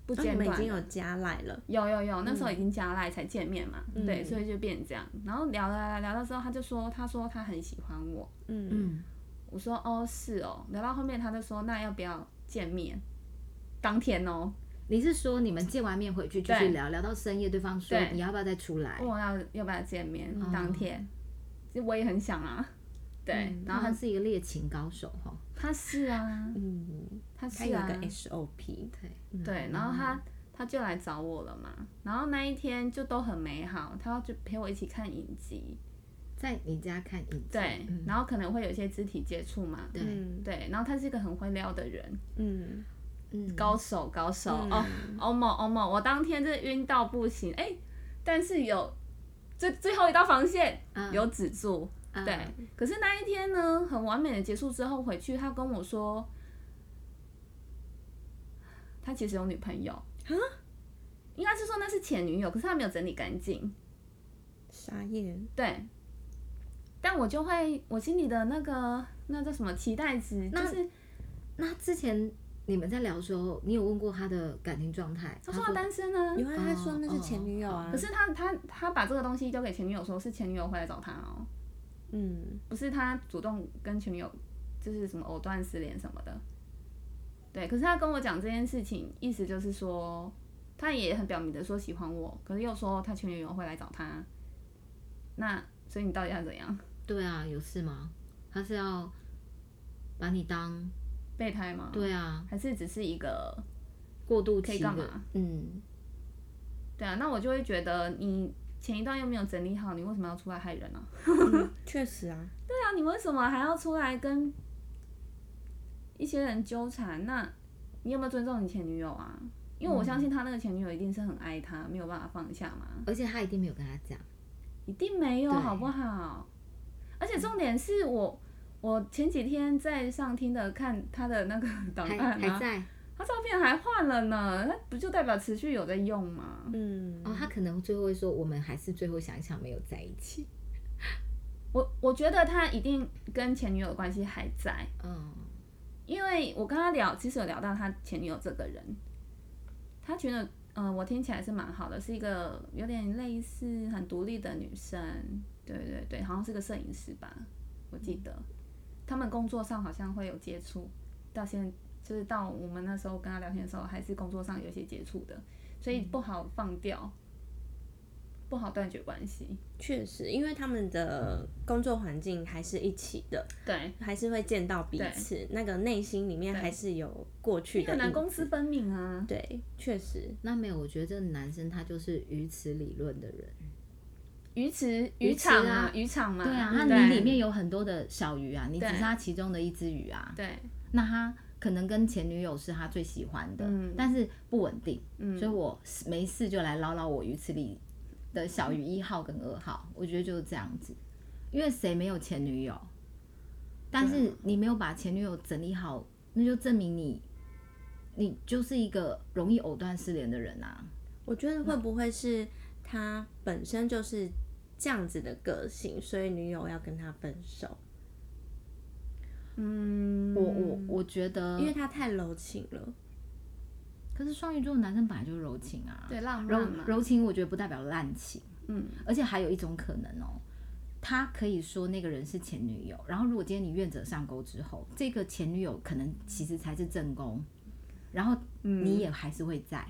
S2: 不
S3: 那你
S2: 间
S3: 们已
S2: 断
S3: 经
S2: 的、
S3: 有加赖了，
S2: 有有有，那时候已经加赖才见面嘛，
S3: 嗯
S2: 对，所以就变这样。然后聊了聊到之后，他就说，他说他很喜欢我，
S3: 嗯，
S1: 嗯，
S2: 我说哦是哦，聊到后面他就说那要不要见面？当天哦，
S1: 你是说你们见完面回去继续
S2: 对
S1: 聊，聊到深夜，对方说
S2: 对哦
S1: 你要不要再出来
S2: 问？我要要不要见面？
S1: 哦
S2: 当天，其实我也很想啊，对，
S1: 嗯
S2: 然后
S1: 他
S2: 他
S1: 是一个猎情高手哈，
S2: 他是啊，
S3: 嗯，
S2: 他是
S3: 他有一
S2: 啊，
S3: 个 SOP，
S1: 对，
S2: 对，然后他他就来找我了嘛，然后那一天就都很美好，他就陪我一起看影集，
S1: 在你家看影集，
S2: 对，
S1: 嗯
S2: 然后可能会有一些肢体接触嘛，
S1: 对
S3: 嗯
S2: 对，然后他是一个很会撩的人，
S3: 嗯，
S1: 嗯，
S2: 高手高手、
S3: 嗯
S2: 哦，欧某欧某，我当天真的晕到不行哎、但是有最最后一道防线、
S1: 嗯
S2: 有止住，
S1: 嗯
S2: 对。可是那一天呢，很完美的结束之后回去，他跟我说，他其实有女朋友
S1: 啊
S2: 应该是说那是前女友，可是他没有整理干净，
S3: 傻眼，
S2: 对。但我就会，我心里的那个那叫什么期待值，就
S1: 那
S2: 是
S1: 那之前你们在聊的时候，你有问过他的感情状态？
S2: 他说他单身啊，
S3: 因为他说那是前女友啊，
S2: 哦可是他他他把这个东西交给前女友说，是前女友会来找他哦，
S3: 嗯，
S2: 不是他主动跟前女友就是什么藕断丝连什么的。对，可是他跟我讲这件事情，意思就是说，他也很表明的说喜欢我，可是又说他前女友会来找他，那所以你到底要怎样？
S1: 对啊，有事吗？他是要把你当
S2: 备胎吗？，
S1: 对啊，
S2: 还是只是一个
S1: 过渡
S2: 嗯可以
S1: 期
S2: 干
S1: 的
S2: 嘛？
S1: 嗯，
S2: 对啊？那我就会觉得你前一段又没有整理好，你为什么要出来害人啊？
S3: 确实啊，
S2: 对啊，你为什么还要出来跟一些人纠缠？那你有没有尊重你前女友啊？因为
S1: 嗯
S2: 我相信他那个前女友一定是很爱他，没有办法放下嘛，
S1: 而且他一定没有跟他讲，
S2: 一定没有，
S1: 对
S2: 好不好？而且重点是我，我前几天在上听的看他的 那个档
S1: 还
S2: 案
S1: 还
S2: 啊，
S1: 在
S2: 他照片还换了呢，那不就代表持续有在用吗？
S3: 嗯，
S1: 哦，他可能最后会说，我们还是最后想一想没有在一起，
S2: 我我觉得他一定跟前女友的关系还在，
S1: 嗯，
S2: 因为我跟他聊，其实有聊到他前女友这个人，他觉得，嗯、我听起来是蛮好的，是一个有点类似很独立的女生，对对对，好像是个摄影师吧，我记得，他们工作上好像会有接触，到现就是到我们那时候跟他聊天的时候，还是工作上有一些接触的，所
S1: 嗯
S2: 以不好放掉，不好断绝关系，
S3: 确实，因为他们的工作环境还是一起的，
S2: 对，
S3: 还是会见到彼此，那个内心里面还是有过去的
S2: 很
S3: 影
S2: 难
S3: 子
S2: 公私分明啊，
S3: 对，确实，
S1: 那没有，我觉得这个男生他就是鱼池理论的人，
S2: 鱼池
S1: 鱼
S2: 渔
S1: 池
S2: 场
S1: 啊
S2: 渔场嘛，
S1: 对啊，它
S2: 嗯对
S1: 泥里面有很多的小鱼啊，你只
S2: 对
S1: 是它其中的一只鱼啊。
S2: 对，
S1: 那他可能跟前女友是他最喜欢的，
S2: 嗯
S1: 但是不稳定，
S2: 嗯
S1: 所以我没事就来捞捞我鱼池里的小鱼一号跟二号，我觉得就是这样子，因为谁没有前女友？但是你没有把前女友整理好，那就证明你，你就是一个容易藕断丝连的人啊。
S3: 我觉得会不会是他本身就是这样子的个性，所以女友要跟他分手，
S2: 嗯，
S1: 我我我觉得
S3: 因，为他太柔情了。
S1: 可是双鱼座的男生本来就柔情啊，
S2: 对浪
S1: 柔
S2: 漫嘛，
S1: 柔情，我觉得不代表滥情。
S2: 嗯，
S1: 而且还有一种可能哦，他可以说那个人是前女友，然后如果今天你愿者上钩之后，这个前女友可能其实才是正宫，然后
S2: 嗯
S1: 你也还是会在，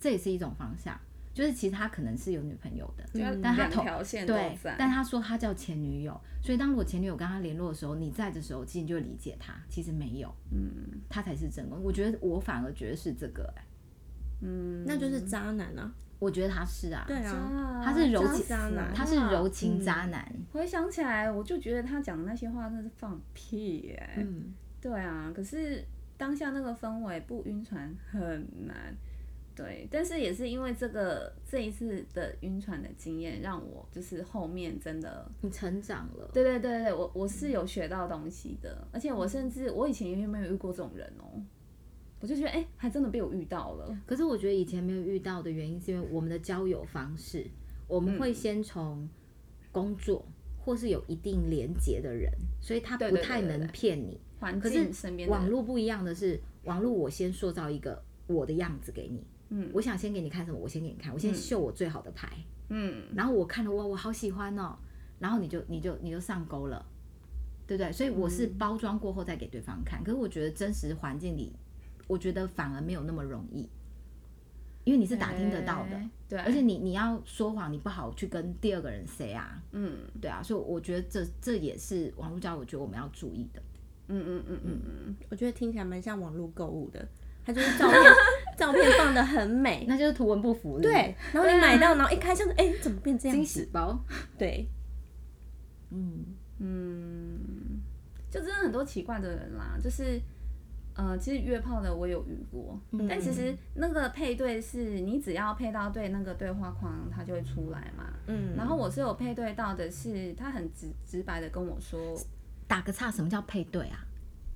S1: 这也是一种方向。就是其实他可能是有女朋友的，
S2: 就要
S1: 但他
S2: 两
S1: 头
S2: 条线都
S1: 对，
S2: 在，
S1: 但他说他叫前女友，所以当我前女友跟他联络的时候，你在的时候，其实你就理解他，其实没有，嗯，他才是正宫。我觉得我反而觉得是这个、哎
S2: 嗯，
S3: 那就是渣男啊！
S1: 我觉得他是啊，
S3: 对啊，
S1: 他是柔情
S3: 渣男
S1: 他是柔
S2: 嗯
S1: 情渣男，
S2: 回想起来，我就觉得他讲的那些话真的是放屁哎、
S1: 嗯
S2: 对啊，可是当下那个氛围不晕船很难。对，但是也是因为这个这一次的晕船的经验，让我就是后面真的，
S1: 你成长了，
S2: 对对对对，我我是有学到东西的，而且我甚至我以前也没有遇过这种人哦，我就觉得哎、还真的被我遇到了，
S1: 可是我觉得以前没有遇到的原因，是因为我们的交友方式，我们
S2: 嗯
S1: 会先从工作或是有一定连结的人，所以他
S2: 对
S1: 不
S2: 对对
S1: 太
S2: 对
S1: 能
S2: 对
S1: 骗你。
S2: 环
S1: 可是
S2: 境身边的
S1: 网
S2: 人
S1: 络不一样的是，网络我先塑造一个我的样子给你，
S2: 嗯
S1: 我想先给你看什么，我先给你看，我先秀我最好的牌，
S2: 嗯，
S1: 然后我看了哇，我好喜欢哦，然后你就你就你就上钩了，对不对？所以我是包装过后再给对方看，可是我觉得真实环境里，我觉得反而没有那么容易，因为你是打听得到的，
S2: 哎对，
S1: 而且你你要说谎，你不好去跟第二个人 say 啊，
S2: 嗯。
S1: 对啊，所以我觉得这这也是网络交友，我觉得我们要注意的。
S2: 嗯嗯嗯嗯嗯，
S3: 我觉得听起来蛮像网络购物的，他就是照片照片放的很 美，
S1: 那就是图文不符，
S3: 对，然后你买到，然后一开箱子，哎、怎么变这样
S1: 惊
S3: 子
S1: 喜？包，
S3: 对，
S1: 嗯，
S2: 嗯，就真的很多奇怪的人啦，就是。呃，其实约炮的我有遇过，
S1: 嗯
S2: 但其实那个配对是你只要配到对那个对话框，它就会出来嘛。
S3: 嗯，
S2: 然后我是有配对到的是，他很直直白的跟我说，
S1: 打个岔，什么叫配对啊？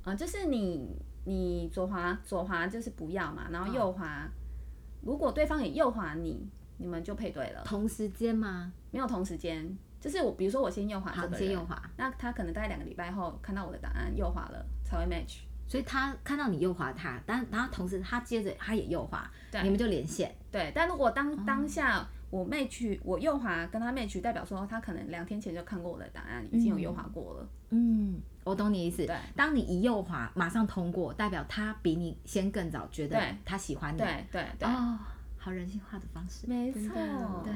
S2: 啊，就是你你左滑左滑就是不要嘛，然后右滑，如果对方也右滑你，你们就配对了，
S1: 同时间吗？
S2: 没有同时间。就是我比如说我先右滑
S1: 好，
S2: 这
S1: 你
S2: 个
S1: 先
S2: 人，
S1: 右滑，
S2: 那他可能大概两个礼拜后看到我的答案右滑了才会 match。
S1: 所以他看到你右滑他，但然后同时他接着他也右滑，
S2: 对
S1: 你们就连线。
S2: 对，但如果
S1: 哦
S2: 当当下我 match 我右滑跟他 match，代表说他可能两天前就看过我的答案，已经有右滑过了。
S1: 嗯，我懂你意思
S2: 对。
S1: 当你一右滑，马上通过，代表他比你先更早觉得
S2: 对
S1: 他喜欢你。
S2: 对对对，
S1: 嗯
S2: 嗯
S1: 哦，好人性化的方式。
S2: 没
S3: 真
S2: 错
S3: 的，
S1: 对，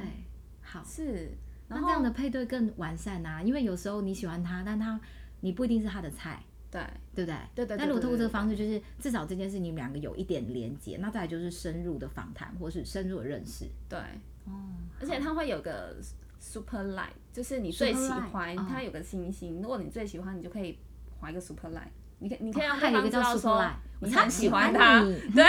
S1: 好。
S2: 是。然
S1: 那
S2: 后
S1: 这样的配对更完善
S2: 哦
S1: 啊，因为有时候你喜欢他，但他你不一定是他的菜，
S2: 对
S1: 对不对？
S2: 对对对
S1: 但如果
S2: 对
S1: 透过
S2: 对
S1: 这个
S2: 对
S1: 方式，就是至少这件事你们两个有一点连接，那再来就是深入的访谈或是深入的认识。
S2: 对，
S1: 哦，
S2: 而且他会有个 super light，就是你最
S1: Super
S2: 喜
S1: like，
S2: 欢，
S1: 哦
S2: 它有个星星。如果你最喜欢，你就可以划一个 super light。你可以你可以
S1: 哦
S2: 让
S1: 还
S2: 对
S1: 有一个
S2: 方知
S1: 叫
S2: 道
S1: super
S2: 说
S1: like，，我
S2: 我很
S1: 超
S2: 喜
S1: 欢
S2: 他，
S1: 你
S2: 对，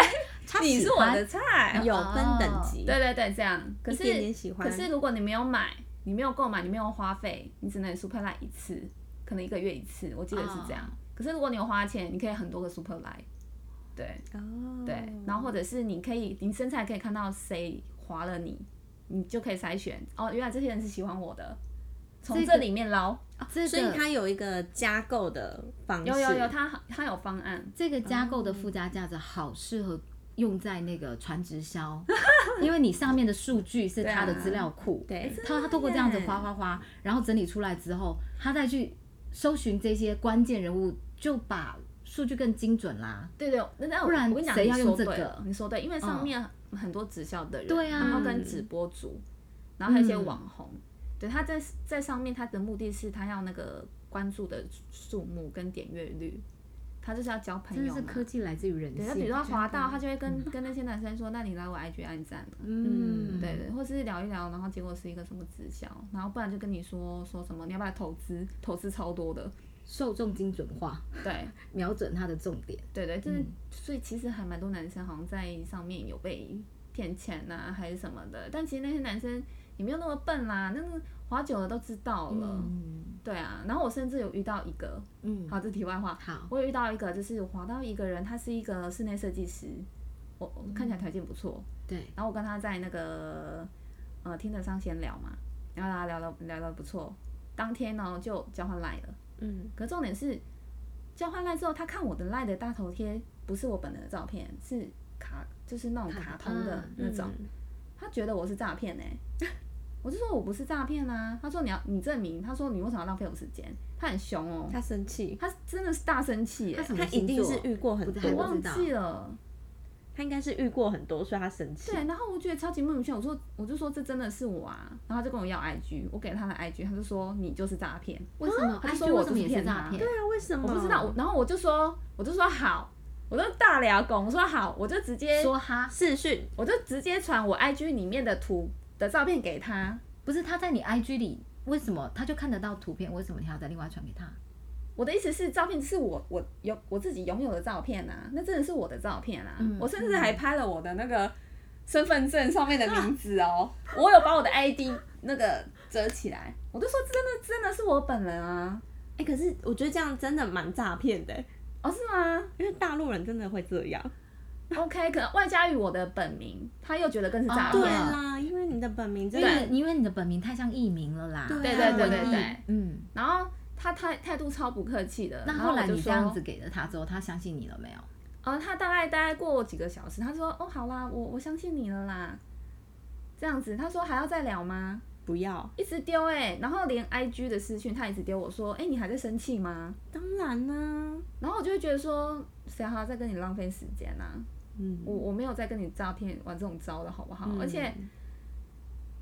S1: 他
S2: 你是
S1: 喜
S2: 我
S1: 欢
S2: 的菜。哦
S3: 有分等级，
S2: 对对对，这样。可是
S3: 一点点喜欢，
S2: 可是如果你没有买，你没有购买，你没有花费，你只能 Super Light 一次，可能一个月一次，我记得是这样。可是如果你有花钱，你可以很多个 Super Light，对
S3: 哦，
S2: 对，然后或者是你可以，你身材可以看到谁划了你，你就可以筛选哦，原来这些人是喜欢我的，从
S1: 这
S2: 这
S1: 个哦
S2: 里面捞。
S1: 这个
S3: 所以它有一个加购的方式，
S2: 有有有，他他有方案，
S1: 这个架构的附加价值好适合用在那个传直销，因为你上面的数据是他的资料库，
S3: 对
S1: 他他透过这样子哗哗哗，然后整理出来之后，他再去搜寻这些关键人物，就把数据更精准啦。
S2: 对对，那那
S1: 不然
S2: 我跟你讲，
S1: 谁
S2: 你
S1: 要
S2: 说
S1: 用这
S2: 对
S1: 个
S2: 了你说对，因为
S1: 嗯
S2: 上面很多直销的人，
S1: 对啊
S2: 然后跟直播主，然后还有一些
S1: 嗯
S2: 网红，对，他在在上面他的目的是他要那个关注的数目跟点阅率，他就是要交朋
S4: 真
S2: 友
S4: 的是
S2: 嘛。
S4: 科技来自于人性。
S2: 对，他比如说滑到，他就会
S1: 嗯
S2: 跟跟那些男生说，那你来我 IG 按赞了。
S4: 嗯
S2: 对对，或是聊一聊，然后结果是一个什么直销，然后不然就跟你说说什么你要不要投资，投资超多的，
S1: 受众精准化，
S2: 对
S1: 瞄准它的重点。
S2: 对对，就是、
S1: 嗯
S2: 所以其实还蛮多男生好像在上面有被骗钱呐、还是什么的，但其实那些男生也没有那么笨啦，那个滑久了都知道了，
S1: 嗯
S2: 对啊，然后我甚至有遇到一个，
S1: 嗯，
S2: 好，这题外话，
S1: 好，
S2: 我有遇到一个就是滑到一个人，他是一个室内设计师，我
S1: 嗯
S2: 我看起来条件不错，
S1: 对，
S2: 然后我跟他在那个呃听得上闲聊嘛，然后大家聊得聊得不错，当天呢就交换赖了。
S3: 嗯，
S2: 可重点是交换赖之后，他看我的赖的大头贴不是我本人的照片，是卡就是那种
S1: 卡
S2: 卡通的
S1: 嗯
S2: 那种，他觉得我是诈骗呢、我就说我不是诈骗啊，他说你要你证明，他说你为什么要浪费我时间？他很凶哦，
S3: 他生气，
S2: 他真的是大生气、
S1: 他
S2: 欸，
S1: 什么
S3: 他一
S1: 星
S3: 定
S1: 座
S3: 是遇过很
S1: 还
S2: 我
S1: 不
S3: 多，
S2: 忘
S1: 知道
S2: 记了。
S3: 他应该是遇过很多，所以他生气。
S2: 对，啊然后我觉得超级莫名其妙，我说我就说这真的是我啊，然后他就跟我要 IG，我给他的 IG，他就说你就是诈骗，
S1: 为什么？
S2: 他就
S1: IG
S2: 说我
S1: 为什么
S2: 是
S1: 也是
S2: 骗
S1: 诈
S2: 他
S1: 骗？
S3: 对啊，为什么？
S2: 我不知道，我然后我就说我就说好，我就大聊拱，我说好，我就直接
S1: 说哈，
S3: 视讯，
S2: 我就直接传我 IG 里面的图的照片给他，
S1: 不是他在你 IG 里，为什么他就看得到图片？为什么你还要再另外传给他？
S2: 我的意思是，照片是我我有我自己拥有的照片啊，那真的是我的照片啊。
S1: 嗯
S2: 我甚至还拍了我的那个身份证上面的名字哦，我有把我的 ID 那个遮起来，我就说真的真的是我本人啊。
S3: 哎、可是我觉得这样真的蛮诈骗的，
S2: 哦，是吗
S3: 因为大陆人真的会这样。
S2: ？OK，可能外加于我的本名，他又觉得更是诈
S1: 哦
S2: 骗。
S1: 对
S3: 对啦，因为你的本名真
S1: 因
S3: 的
S1: 为因为你的本名太像艺名了啦。
S2: 对
S3: 啊
S2: 对对对
S3: 嗯
S2: 对。
S1: 嗯，
S2: 然后他态态度超不客气的。
S1: 那
S2: 然后
S1: 后来
S2: 我就
S1: 你这样
S2: 说
S1: 子给了他之后，他相信你了没有？
S2: 呃，他大概大概过几个小时，他说：“哦，好啦，我我相信你了啦。”这样子，他说还要再聊吗？
S3: 不要。
S2: 一直丢哎、然后连 IG 的私讯他一直丢我说：“哎、你还在生气吗
S3: 当然啦、？”
S2: 然后我就会觉得说，谁还要再跟你浪费时间呢、
S3: 嗯，
S2: 我我没有再跟你诈骗玩这种招了，好不好？
S3: 嗯
S2: 而且，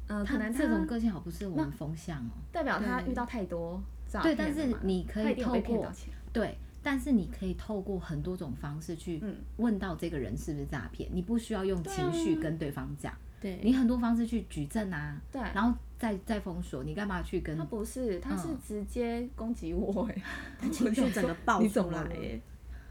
S2: 嗯、可
S1: 他
S2: 能
S1: 这种
S2: 他
S1: 个性好不是我们风向哦。
S2: 代表他
S3: 对
S2: 遇到太多诈
S1: 对，
S2: 骗
S1: 但是
S2: 了嘛
S1: 你可
S2: 他一
S1: 以
S2: 定有被
S1: 透
S2: 骗
S1: 过
S2: 到钱。
S1: 对，但是你可以透过很多种方式去
S2: 嗯
S1: 问到这个人是不是诈骗，你不需要用情绪跟对方讲，
S2: 嗯
S3: 对
S1: 你很多方式去举证啊，
S2: 对，
S1: 然后再再封锁，你干嘛去跟
S2: 他？不是，他是
S1: 嗯
S2: 直接攻击我哎、
S3: 他情绪整个爆
S2: 你怎
S3: 出
S2: 么
S3: 来
S2: 了
S3: 耶，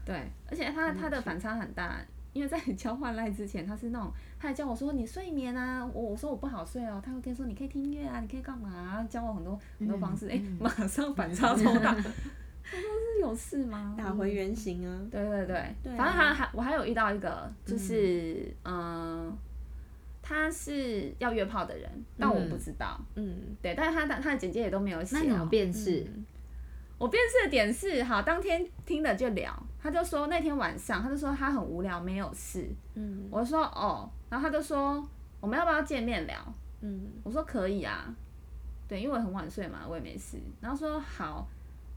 S2: 对，而且他他的反差很大，因为在你交换赖之前，他是那种，他还教我说你睡眠啊，我我说我不好睡哦，他会跟你说你可以听音乐啊，你可以干嘛、啊，教我很多很多方式，哎、马上反差超大，我说是有事吗？
S3: 打回原形啊。
S2: 对对对，
S3: 对啊
S2: 反正还还我还有遇到一个，就是嗯、他是要约炮的人，但我不知道，
S3: 嗯，
S2: 对，但是他的他的简介也都没有写、
S1: 那你怎么
S2: 哦。
S1: 辨识？
S2: 我辨识的点是，好，当天听了就聊，他就说那天晚上，他就说他很无聊，没有事。
S3: 嗯
S2: 我说哦，然后他就说我们要不要见面聊？
S3: 嗯
S2: 我说可以啊，对，因为我很晚睡嘛，我也没事。然后说好，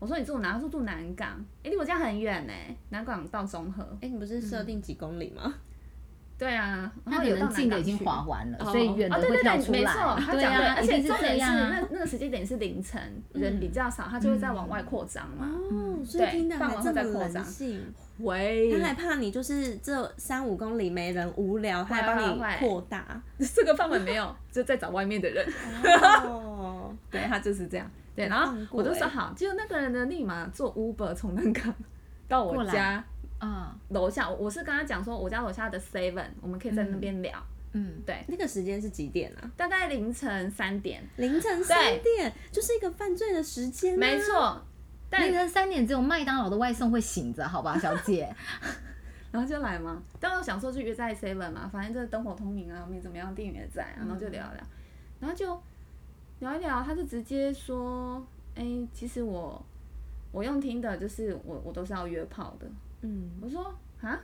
S2: 我说你住哪？他说住南港，诶，离我家很远呢、南港到中和。
S3: 哎、你不是设定几公里吗？
S2: 对啊，然
S1: 那
S2: 后
S1: 可
S2: 有到
S1: 能近的
S2: 南港
S1: 已经
S2: 去
S1: 划完了，
S3: 哦
S1: 所以远
S2: 哦，
S1: 的
S2: 对
S1: 会
S2: 对
S1: 跳
S2: 对，
S1: 出来。
S2: 没 错，他
S1: 对
S2: 讲对，
S1: 啊，
S2: 而
S1: 一
S2: 且
S1: 定是
S2: 重
S1: 这
S2: 点是
S1: 样
S2: 那
S1: 啊。嗯
S2: 那个时间点是凌晨，人比较少，他就会再往外扩张嘛。
S3: 哦，所以
S2: 对
S3: 听的
S2: 傍
S3: 还
S2: 晚
S3: 这
S2: 会
S3: 么
S2: 再扩
S3: 人
S2: 张
S3: 性，
S2: 喂
S3: 他还怕你就是这三五公里没人无聊，他还帮
S2: 会
S3: 你
S2: 会
S3: 扩大。
S2: 这个范围没有，就在找外面的人。
S3: 哦，
S2: 对他就是这样。对，然后
S3: 放过
S2: 我就说
S3: 欸
S2: 好，结果那个人呢，立马坐 Uber 从南港到我
S1: 过来
S2: 家
S1: 啊，
S2: 楼下。我我是跟他讲说，我家楼下的 Seven，我们可以在那
S1: 嗯
S2: 边聊，
S1: 嗯，
S3: 那个时间是几点啊？
S2: 大概凌晨三点，
S3: 凌晨三点，就是一个犯罪的时间、啊。
S2: 没，错。但
S1: 凌晨三点只有麦当劳的外送会醒着，好吧，小 姐。
S2: 然后就来嘛，但我想说就约在 Seven 嘛，反正就是灯火通明啊，我们也怎么样，店员也在啊，
S3: 嗯
S2: 然后就聊聊，然后就聊一聊，他就直接说，哎、其实我我用听的，就是我我都是要约炮的，
S3: 嗯，
S2: 我说啊，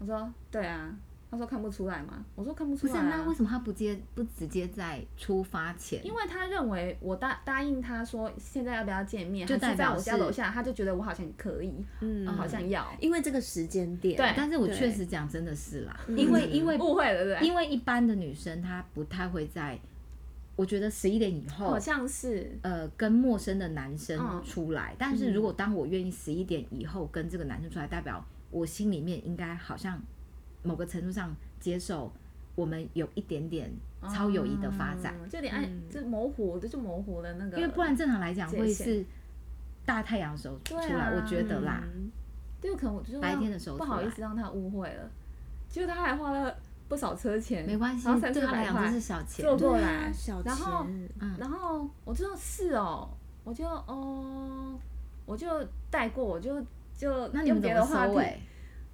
S2: 我说对啊，他说看不出来吗？我说看不出
S1: 不是，
S2: 来、啊，
S1: 那为什么他不接不直接在出发前？
S2: 因为他认为我答答应他说现在要不要见面，
S1: 就
S2: 还
S1: 代
S2: 是在
S1: 表
S2: 我家
S1: 是
S2: 楼下，他就觉得我好像可以，哦
S3: 嗯
S2: 好像要，
S3: 因为这个时间点，
S2: 对
S1: 但是我
S3: 对啊
S1: 确实讲嗯真的是啦，因为因为
S2: 误会了对不对？
S1: 因为一般的女生她不太会在我觉得十一点以后
S2: 好，像是
S1: 呃，跟陌生的男生
S2: 嗯
S1: 出来，但是如果当我愿意十一点以后跟这个男生出来，代表我心里面应该好像某个程度上接受我们有一点点超友谊的发展，
S2: 嗯就有点爱，就模糊，就就模糊的那个，
S1: 因为不然正常来讲
S2: 嗯界
S1: 会
S2: 限
S1: 是大太阳的时候出
S2: 对
S1: 来，
S2: 啊
S1: 我觉得啦，啊
S3: 嗯
S2: 对，可能我就
S1: 白
S2: 让
S1: 天的时候
S2: 不
S1: 出
S2: 好意
S1: 来
S2: 思让他误会了，结果他还花了不少车钱，
S1: 没关系
S2: 然后，三
S1: 对
S2: 四
S1: 他来
S2: 百
S1: 讲这
S2: 块
S1: 是小钱，
S2: 坐过
S3: 对啊
S2: 来，
S3: 小
S2: 然后
S3: 钱
S1: 嗯
S2: 然后我就说是哦，我就哦，我就带过，我就就
S1: 那你
S2: 用
S1: 们怎
S2: 别
S1: 么
S2: 的话
S1: 收
S2: 题，
S1: 尾？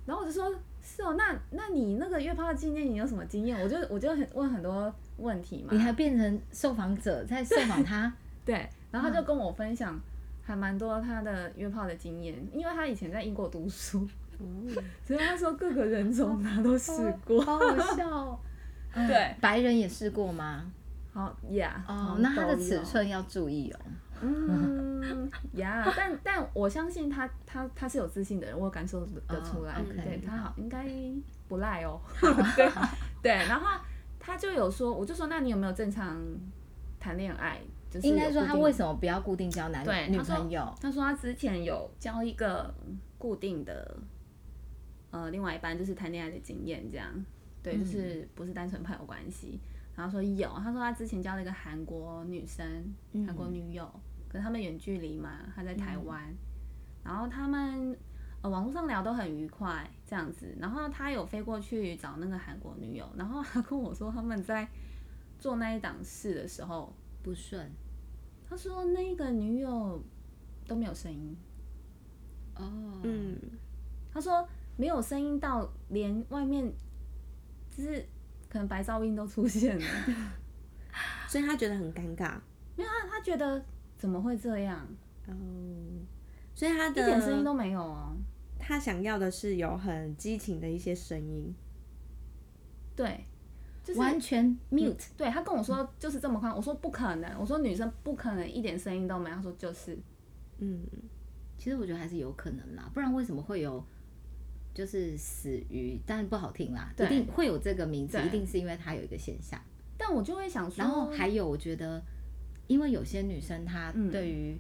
S2: 然后我就说是哦，那那你那个约炮的经验你有什么经验？我就我就很问很多问题嘛
S1: 你，还变成受访者在受访他，
S2: 对，然后他就跟我分
S1: 嗯
S2: 享还蛮多他的约炮的经验，因为他以前在英国读书，
S3: 哦
S2: 所以他说各个人种他都试过。
S1: 好好笑哦。嗯
S2: 对
S1: 白人也试过吗？
S2: 好呀，
S1: 哦
S2: 好，
S1: 那它的
S2: 都
S1: 尺
S2: 有
S1: 寸要注意哦。
S2: 嗯呀，但但我相信他，他他是有自信的人，我感受得出来
S1: 哦，OK
S2: 对他好应该不赖 哦。对 对，然后他就有说，我就说那你有没有正常谈恋爱？就是
S1: 应该说他为
S2: 么？
S1: 什么不要固定交男
S2: 对
S1: 女
S2: 他说
S1: 朋友？
S2: 他说他之前有交一个固定的，呃，另外一半就是谈恋爱的经验这样，对，就是不是单纯朋友关系。然后说有，他说他之前交了一个韩国女生，韩国女友，可是他们远距离嘛，他在台湾，然后他们呃网络上聊都很愉快这样子，然后他有飞过去找那个韩国女友，然后他跟我说他们在做那一档事的时候，
S1: 不顺
S2: 他说那个女友都没有声音，
S1: 哦，
S3: 嗯，
S2: 他说没有声音到连外面就是可能白噪音都出现了，
S3: 所以他觉得很尴尬，
S2: 没有他他觉得怎么会这样，
S3: 哦，所以他
S2: 一点声音
S3: 的
S2: 都没有哦。
S3: 他想要的是有很激情的一些声音，
S2: 对，就是
S1: 完全
S2: 嗯
S1: 嗯 mute，
S2: 对他跟我说就是这么宽，我说不可能，我说女生不可能一点声音都没有，他说就是，
S3: 嗯，
S1: 其实我觉得还是有可能啦，不然为什么会有就是死鱼？但不好听啦，一
S2: 对
S1: 定会有这个名字，
S2: 对
S1: 一定是因为它有一个现象。
S2: 但我就会想说，
S1: 然后还有，我觉得，因为有些女生她
S2: 哦嗯
S1: 对于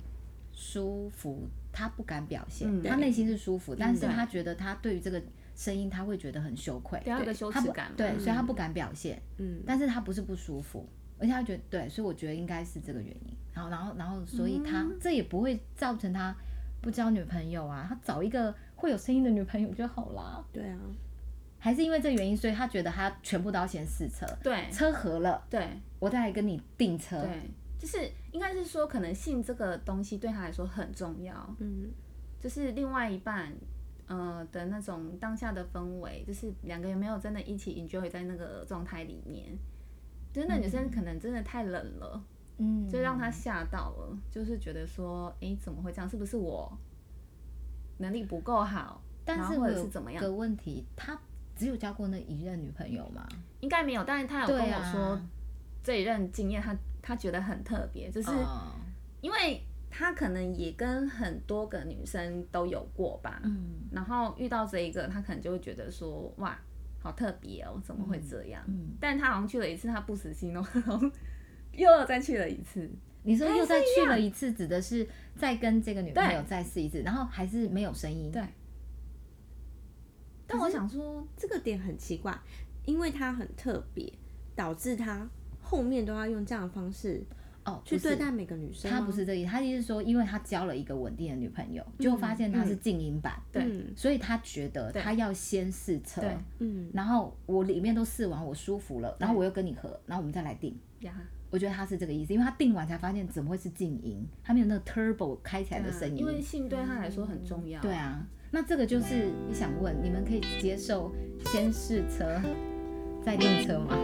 S1: 舒服，她不敢表现，
S2: 嗯
S1: 她内心是舒服，但是
S2: 对
S1: 她觉得她对于这个声音，她会觉得很羞愧，
S2: 对她有个羞耻
S1: 不
S2: 感嘛
S1: 对，
S2: 嗯
S1: 所以她不敢表现，
S3: 嗯，
S1: 但是她不是不舒服，而且她觉得对，所以我觉得应该是这个原因。然后，然后，然后，所以她、
S2: 嗯
S1: 这也不会造成她不交女朋友啊，她找一个会有声音的女朋友就好啦。
S3: 对啊，
S1: 还是因为这个原因，所以她觉得她全部都要先试车，
S2: 对
S1: 车合了，
S2: 对
S1: 我再来跟你订车。
S2: 对，就是应该是说，可能性这个东西对他来说很重要，
S3: 嗯，
S2: 就是另外一半。呃的那种当下的氛围，就是两个有没有真的一起 enjoy 在那个状态里面？就是那女生可能真的太冷了，
S1: 嗯，
S2: 就让他吓到了，就是觉得说，诶，怎么会这样？是不是我能力不够好？
S1: 但
S2: 然
S1: 是
S2: 后
S1: 我
S2: 或者
S1: 有
S2: 是怎么样？
S1: 个问题，他只有交过那一任女朋友吗？
S2: 应该没有，但是他有跟
S1: 对
S2: 我
S1: 啊，
S2: 说、这一任经验他，他觉得很特别，就是
S1: 哦
S2: 因为他可能也跟很多个女生都有过吧，
S1: 嗯
S2: 然后遇到这一个，他可能就会觉得说，哇，好特别哦，怎么会这样？
S1: 嗯，
S2: 但他好像去了一次，他不死心哦，然 后又再去了一次，
S1: 你说又再去了一次，指的是再跟这个女朋友再试一次，然后还是没有声音。
S2: 对但我想说，
S3: 这个点很奇怪，因为它很特别，导致他后面都要用这样的方式
S1: 哦，
S3: 去
S1: 不是
S3: 对待每个女生吗，
S2: 啊
S3: 啊
S1: 他不是这个意思，他意思是说，因为他交了一个稳定的女朋友，
S2: 嗯
S1: 就发现他是静音版，
S3: 嗯
S1: 所以他觉得他要先试车，
S2: 对
S3: 嗯，
S1: 然后我里面都试完，我舒服了，然后我又跟你合，然后我们再来定。
S2: 呀，
S1: 我觉得他是这个意思，因为他定完才发现怎么会是静音，他没有那个 turbo 开起来的声音。
S2: 因为性对他来说很重要。
S1: 对，啊，那这个就是想问，你们可以接受先试车再订车吗？